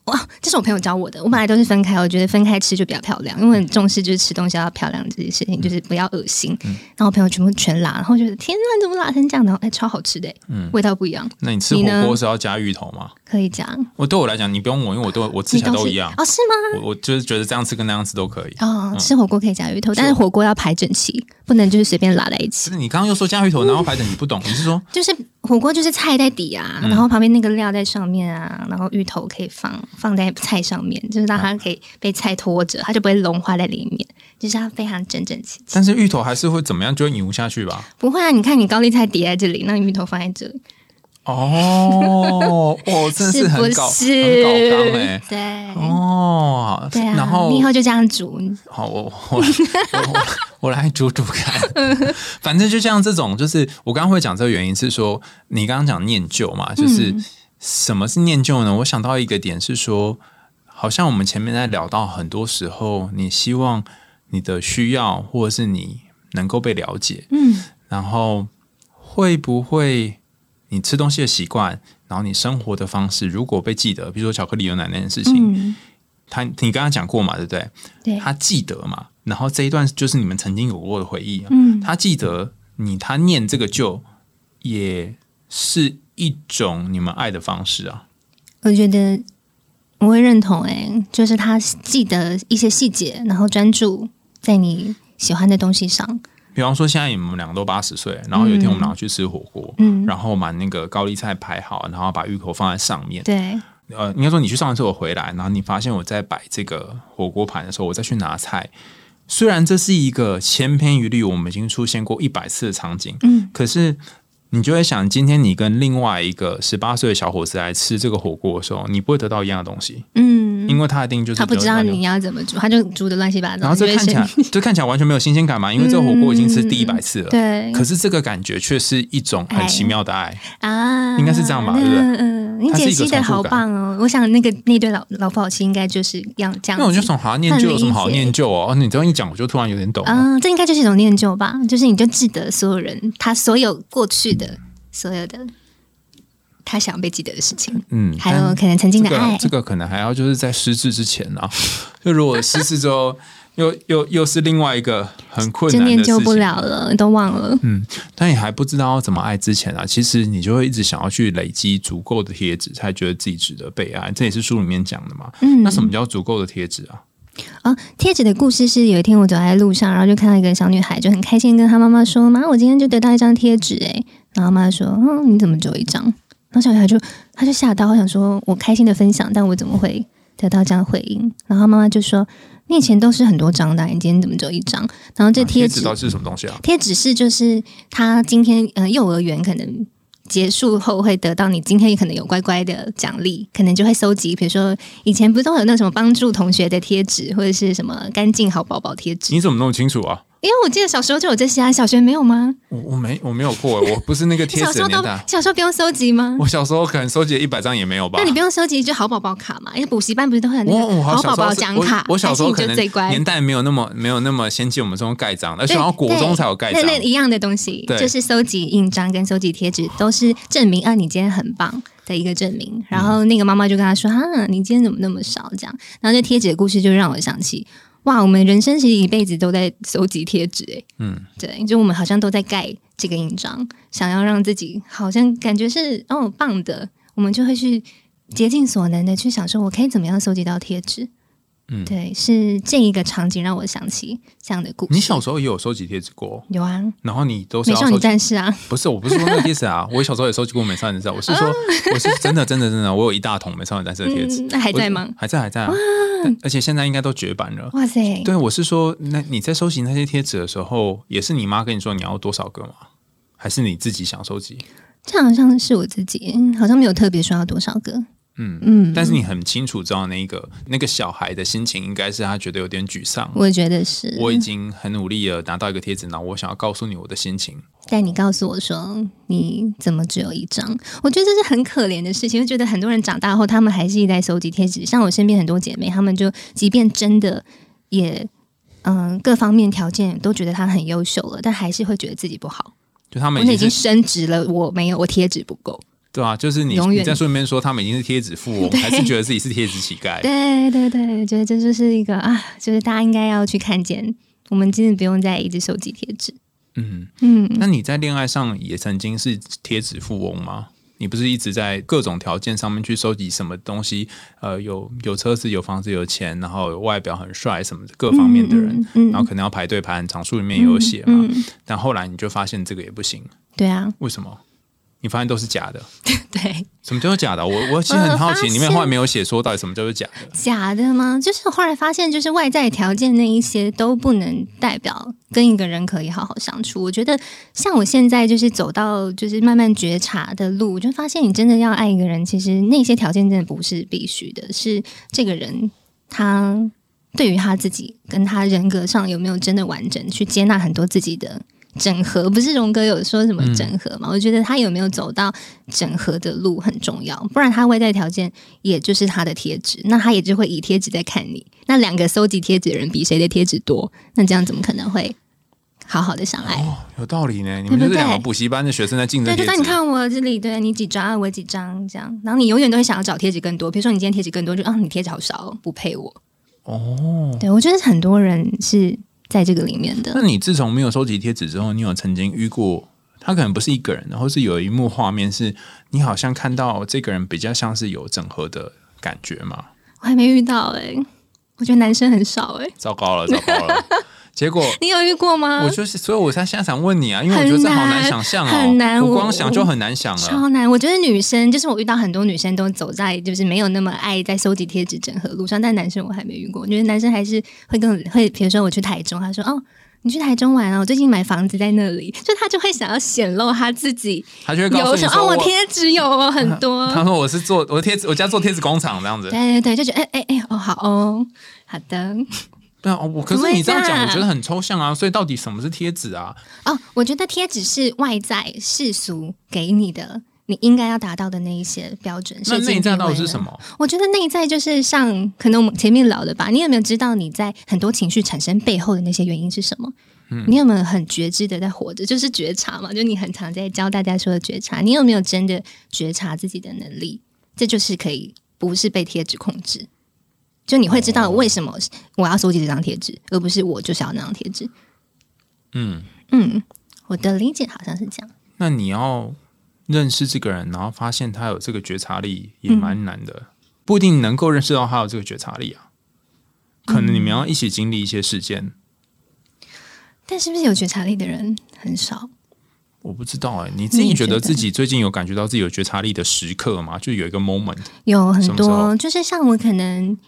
哇，这是我朋友教我的。我本来都是分开，我觉得分开吃就比较漂亮，因为我很重视就是吃东西要漂亮这件事
嗯
情，就是不要恶心。然后我朋友全部全拉，然后我觉得天哪，怎么拉成这样的？然后哎，超好吃的，嗯，味道不一样，
那你吃火
你呢
锅是要加芋头吗？
可以讲。
我对我来讲，你不用我，因为我都我吃
你
起来都
是 [LAUGHS]
一样。
哦？是吗？
我我就是觉得这样吃跟那样吃都可以。
哦，吃火锅可以加鱼头，但是火锅要排整齐，不能就是随便拉在一起
可。是你刚刚又说加芋头，然后排等你不懂，你是
[LAUGHS]
说
就是火锅就是菜在底啊，然后旁边那个料在上面啊，然后芋头可以放放在菜上面，就是让它可以被菜拖着，它就不会融化在里面，就是它非常整整齐齐。
但是芋头还是会怎么样，就会扭下去吧？
不会啊，你看你高丽菜叠在这里，那你芋头放在这里， [LAUGHS]
哦，哦，真的
是
很
不
搞
是？
很搞纲哎、
对，
哦，
对啊，
然后
你以后就这样煮，
好，我我来我我我来煮煮看。反正就像这种，就是我刚刚会讲这个原因是说，你刚刚讲念旧嘛，就是什么是念旧呢？我想到一个点是说，好像我们前面在聊到，很多时候你希望你的需要或者是你能够被了解，
嗯，
然后会不会你吃东西的习惯，然后你生活的方式，如果被记得，比如说巧克力牛奶那件事情，
嗯，
他你刚刚讲过嘛，对不对？
对，
他记得嘛，然后这一段就是你们曾经有过的回忆、啊。
嗯
他记得你，他念这个旧，也是一种你们爱的方式啊。
我觉得我会认同、欸，就是他记得一些细节，然后专注在你喜欢的东西上，
比方说，现在你们两个都八十岁，然后有一天我们俩去吃火锅，
嗯，
然后把那个高丽菜排好，然后把芋头放在上面。
对，
呃，应该说你去上完厕所回来，然后你发现我在摆这个火锅盘的时候，我再去拿菜。虽然这是一个千篇一律，我们已经出现过一百次的场景，
嗯，
可是你就会想，今天你跟另外一个十八岁的小伙子来吃这个火锅的时候，你不会得到一样的东西，
嗯，
因为他一定就是
他不
得
知
到
道
一样
你要怎么煮，他就煮的乱七八糟，
然后这
你就会
看起来 [LAUGHS]
生
就看起来完全没有新鲜感嘛，因为这个火锅已经是第一百次
嗯 [LAUGHS]
了。
对哎
可是这个感觉却是一种很奇妙的爱，
啊，
应该是这样吧对不对
嗯嗯，你
它是
解
一个
析的
重复
好
感
棒哦！我想那个那对老老夫老妻应该就是要这样
那我就
子。
想，好啊像念旧有什么好念旧哦？哦你这样一讲，我就突然有点懂了。
嗯，这应该就是一种念旧吧，就是你就记得所有人，他所有过去的所有的他想被记得的事情，
嗯，
还
但
有可能曾经
这
的
个啊
爱，
这个可能还要就是在失智之前啊， [LAUGHS] 就如果失智之后， [LAUGHS] 又又又是另外一个很困
就
难的
念
事
旧
情。嗯
不了了，都忘了。
但你还不知道要怎么爱之前啊，其实你就会一直想要去累积足够的贴纸，才觉得自己值得被爱。这也是书里面讲的嘛。
嗯
那什么叫足够的贴纸啊？
哦，贴纸的故事是有一天我走在路上，然后就看到一个小女孩，就很开心地跟她妈妈说：“妈，我今天就得到一张贴纸诶。”然后妈妈说：“嗯，你怎么只有一张？”然后小女孩就她就吓到，她想说：“我开心的分享，但我怎么会得到这样的回应？”然后妈妈就说：“你以前都是很多张的啊，你今天怎么只有一张？”然后这
啊
贴
纸
纸
到底是什么东西啊？
贴纸是就是他今天呃幼儿园可能结束后会得到你今天可能有乖乖的奖励，可能就会收集，比如说以前不是都有那什么帮助同学的贴纸，或者是什么干净好宝宝贴纸？
你怎么弄清楚啊？
因为我记得小时候就有这些啊，小学没有吗？
我我没我没有过，我不是
[LAUGHS]
那个贴
小
纸
时
的
候都
年代。
小时候不用收集吗？
我小时候可能收集一百张也没有吧
那。你不用收集就好宝宝卡嘛？因为补习班不是都会有那
我
个
我哦好小
宝
时
宝
候是
奖
我
卡，
我小时候
还是
可
你就
能
最乖
年。代没有那么没有那么先进，我们这种盖章，而且
对
好像国中才有盖章
对。那那一样的东西，
对
就是收集印章跟收集贴纸，都是证明啊你今天很棒的一个证明。然后那个妈妈就跟他说：“啊，你今天怎么那么少？”这样，然后这贴纸的故事就让我想起，哇，我们人生其实一辈子都在收集贴纸、欸，
嗯，
对，就我们好像都在盖这个印章，想要让自己好像感觉是哦棒的，我们就会去竭尽所能的去想说，我可以怎么样收集到贴纸。
嗯
对，是这一个场景让我想起这样的故事。
你小时候也有收集贴纸过，
有啊，
然后你都是
美
要
少
收
女
集。
战士啊，
不是，我不是说那个贴纸啊，我小时候也收集过美少
[LAUGHS]
女战士，我是说，我是真的真的真的，我有一大桶美少女战士的贴纸
嗯，，那还
我
在吗？
还在还在啊，但而且现在应该都绝版了。
哇塞，
对，我是说，那你在收集那些贴纸的时候，也是你妈跟你说你要多少个吗？还是你自己想收集？
这好像是我自己，嗯好像没有特别说要多少个，
嗯
嗯
但是你很清楚知道那个那个小孩的心情，应该是他觉得有点沮丧。
我觉得是。
我已经很努力了，拿到一个贴纸，然后我想要告诉你我的心情。
但你告诉我说你怎么只有一张，我觉得这是很可怜的事情。就觉得很多人长大后，他们还是一直在收集贴纸。像我身边很多姐妹，她们就即便真的也嗯、各方面条件都觉得她很优秀了，但还是会觉得自己不好。
就他们
我那
已
已经
经是
升职了，我没有，我贴纸不够。
对啊，就是你
永远
你在书里面说他们已经是贴纸富翁，
对
还是觉得自己是贴纸乞丐？
对对对，我觉得这就是一个啊，就是大家应该要去看见，我们真的不用再一直收集贴纸。
嗯，
嗯，
那你在恋爱上也曾经是贴纸富翁吗？你不是一直在各种条件上面去收集什么东西？呃，有有车子、有房子、有钱，然后有外表很帅什么的各方面的人，
嗯嗯嗯
然后可能要排队排很长，书里面也有写嘛。
嗯
但后来你就发现这个也不行，
对啊，
为什么？你发现都是假的。
[LAUGHS] 对，
什么叫做假的？我我其实很好
呃我发
奇，
现
里面后来没有写说到底什么叫做假的。
假的吗？就是后来发现，就是外在条件那一些都不能代表跟一个人可以好好相处。我觉得像我现在就是走到就是慢慢觉察的路，我就发现你真的要爱一个人，其实那些条件真的不是必须的，是这个人他对于他自己跟他人格上有没有真的完整去接纳很多自己的。整合不是荣哥有说什么整合嘛？我觉得他有没有走到整合的路很重要，不然他外在条件也就是他的贴纸，那他也就会以贴纸在看你。那两个搜集贴纸的人比谁的贴纸多，那这样怎么可能会好好的相爱？
哦，有道理呢。你
对
们
不
就是两个
对
补习班的学生在竞争
对，就
贴
当你
纸。
看我这里，对你几张，我几张这样，然后你永远都会想要找贴纸更多。比如说你今天贴纸更多，就啊你贴纸好少哦，不配我。
哦，
对我觉得很多人是在这个里面
那
的，
你自从没有收集贴纸之后，你有曾经遇过？他可能不是一个人，然后是有一幕画面是你好像看到这个人比较像是有整合的感觉吗？
[LAUGHS] 我还没遇到哎、我觉得男生很少哎、
糟糕
[LAUGHS]
了，糟糕了！结果
你有遇过吗？
我就是，所以我才现在想问你啊，因为我觉得这好难想象哦，
嗯很难
我
我
光想就很难想了。
超难，我觉得女生就是我遇到很多女生都走在就是没有那么爱在收集贴纸整合路上，但男生我还没遇过。我觉得男生还是会更会，比如说我去台中，他说哦。你去台中玩啊？我最近买房子在那里，就他就会想要显露他自己
他就会告诉
有
你
什么
说
哦，我贴纸有哦很多，
[LAUGHS] 他说我是做我贴纸，我家做贴纸工厂这样子。
对对对，就觉得哎哎哎哦好哦，好的
对啊，哦我可
怎么会
是你这样
这
讲，
样
我觉得很抽象啊。所以到底什么是贴纸啊？
哦，我觉得贴纸是外在世俗给你的，你应该要达到的那一些标准。
那
社经
内在到底
地
是
位
什
呢
么？
我觉得内在就是像可能我们前面聊的吧，你有没有知道你在很多情绪产生背后的那些原因是什么？你有没有很觉知的在活着？就是觉察嘛，就你很常在教大家说的觉察。你有没有真的觉察自己的能力？这就是可以不是被贴纸控制，就你会知道为什么我要收集这张贴纸，而不是我就是要那张贴纸。
嗯，
嗯，我的理解好像是这样。
那你要认识这个人，然后发现他有这个觉察力，也蛮难
嗯
的，不一定能够认识到他有这个觉察力啊。可能你们要一起经历一些事件，
但是不是有觉察力的人很少？
我不知道哎、你自己
你觉
觉得
得
自己最近有感觉到自己有觉察力的时刻吗？就有一个 moment，
有很
什么时候
多，就是像我可能，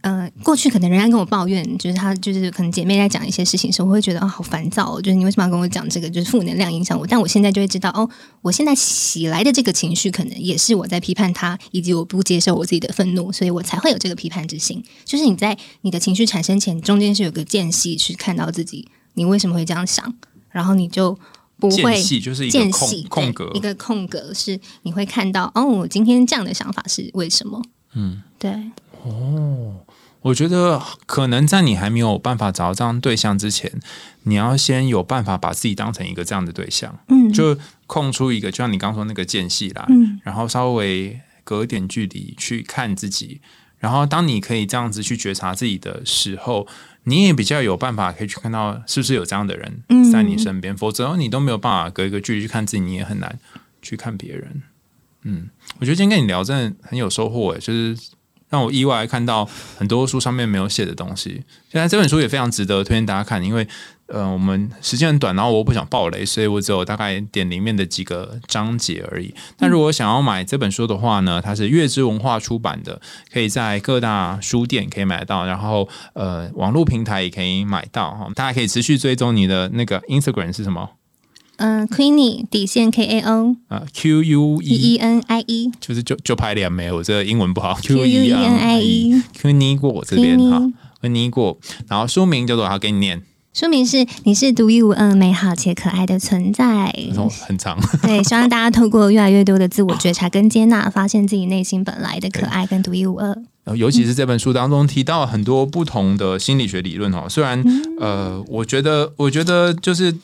呃，过去可能人家跟我抱怨，就是她就是可能姐妹在讲一些事情的时候，我会觉得哦好烦躁、哦，就是你为什么要跟我讲这个，就是负能量影响我。但我现在就会知道，哦，我现在起来的这个情绪，可能也是我在批判她，以及我不接受我自己的愤怒，所以我才会有这个批判之心。就是你在你的情绪产生前，中间是有个间隙去看到自己，你为什么会这样想，然后你就不
间
会
隙就是一个
间
空
隙
空
对
格
一，个空格是你会看到哦，我今天这样的想法是为什么？
嗯，
对，
我觉得可能在你还没有办法找到这样对象之前，你要先有办法把自己当成一个这样的对象，
嗯，
就空出一个，就像你刚说那个间隙啦，
嗯
然后稍微隔一点距离去看自己。然后，当你可以这样子去觉察自己的时候，你也比较有办法可以去看到是不是有这样的人
嗯
在你身边，否则你都没有办法隔一个距离去看自己，你也很难去看别人。嗯，我觉得今天跟你聊真的很有收获，诶，就是让我意外看到很多书上面没有写的东西。现在这本书也非常值得推荐大家看，因为呃，我们时间很短，然后我又不想爆雷，所以我只有大概点里面的几个章节而已。那如果想要买这本书的话呢，它是月之文化出版的，可以在各大书店可以买得到，然后呃，网络平台也可以买到哈。大家可以持续追踪你的那个 Instagram 是什么？
嗯、q u e e n i 底线 K A O
呃，Q U
E
E，
E N I E
就是就就拍脸没有，我这个英文不好。
Q U E N I E
啊 Q 尼过我这
Queenie
边哈，温尼过，然后书名叫做好给你念，
说明是你是独一无二、美好且可爱的存在。
然后很长。
对，希望大家透过越来越多的自我觉察跟接纳，发现自己内心本来的可爱跟独一无二。
然后尤其是这本书当中提到很多不同的心理学理论哦，虽然呃，我觉得我觉得就是。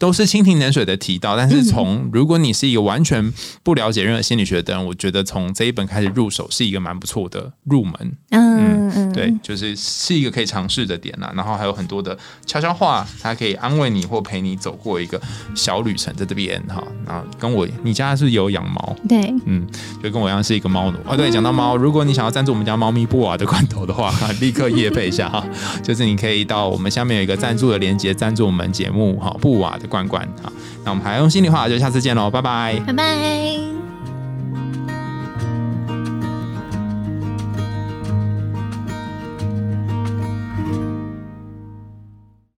都是蜻蜓点水的提到，但是从如果你是一个完全不了解任何心理学的人，我觉得从这一本开始入手是一个蛮不错的入门，
嗯嗯，
对，就是是一个可以尝试的点啦。然后还有很多的悄悄话，它可以安慰你或陪你走过一个小旅程在这边哈。然后跟我，你家是有养猫，
对，
嗯，就跟我一样是一个猫奴啊。对，讲到猫，如果你想要赞助我们家猫咪布瓦的罐头的话， [LAUGHS] 立刻夜配一下哈。就是你可以到我们下面有一个赞助的链接，赞助我们节目哈。布瓦的罐罐啊。那我们海洋用心里话，就下次见喽，拜拜。
拜拜。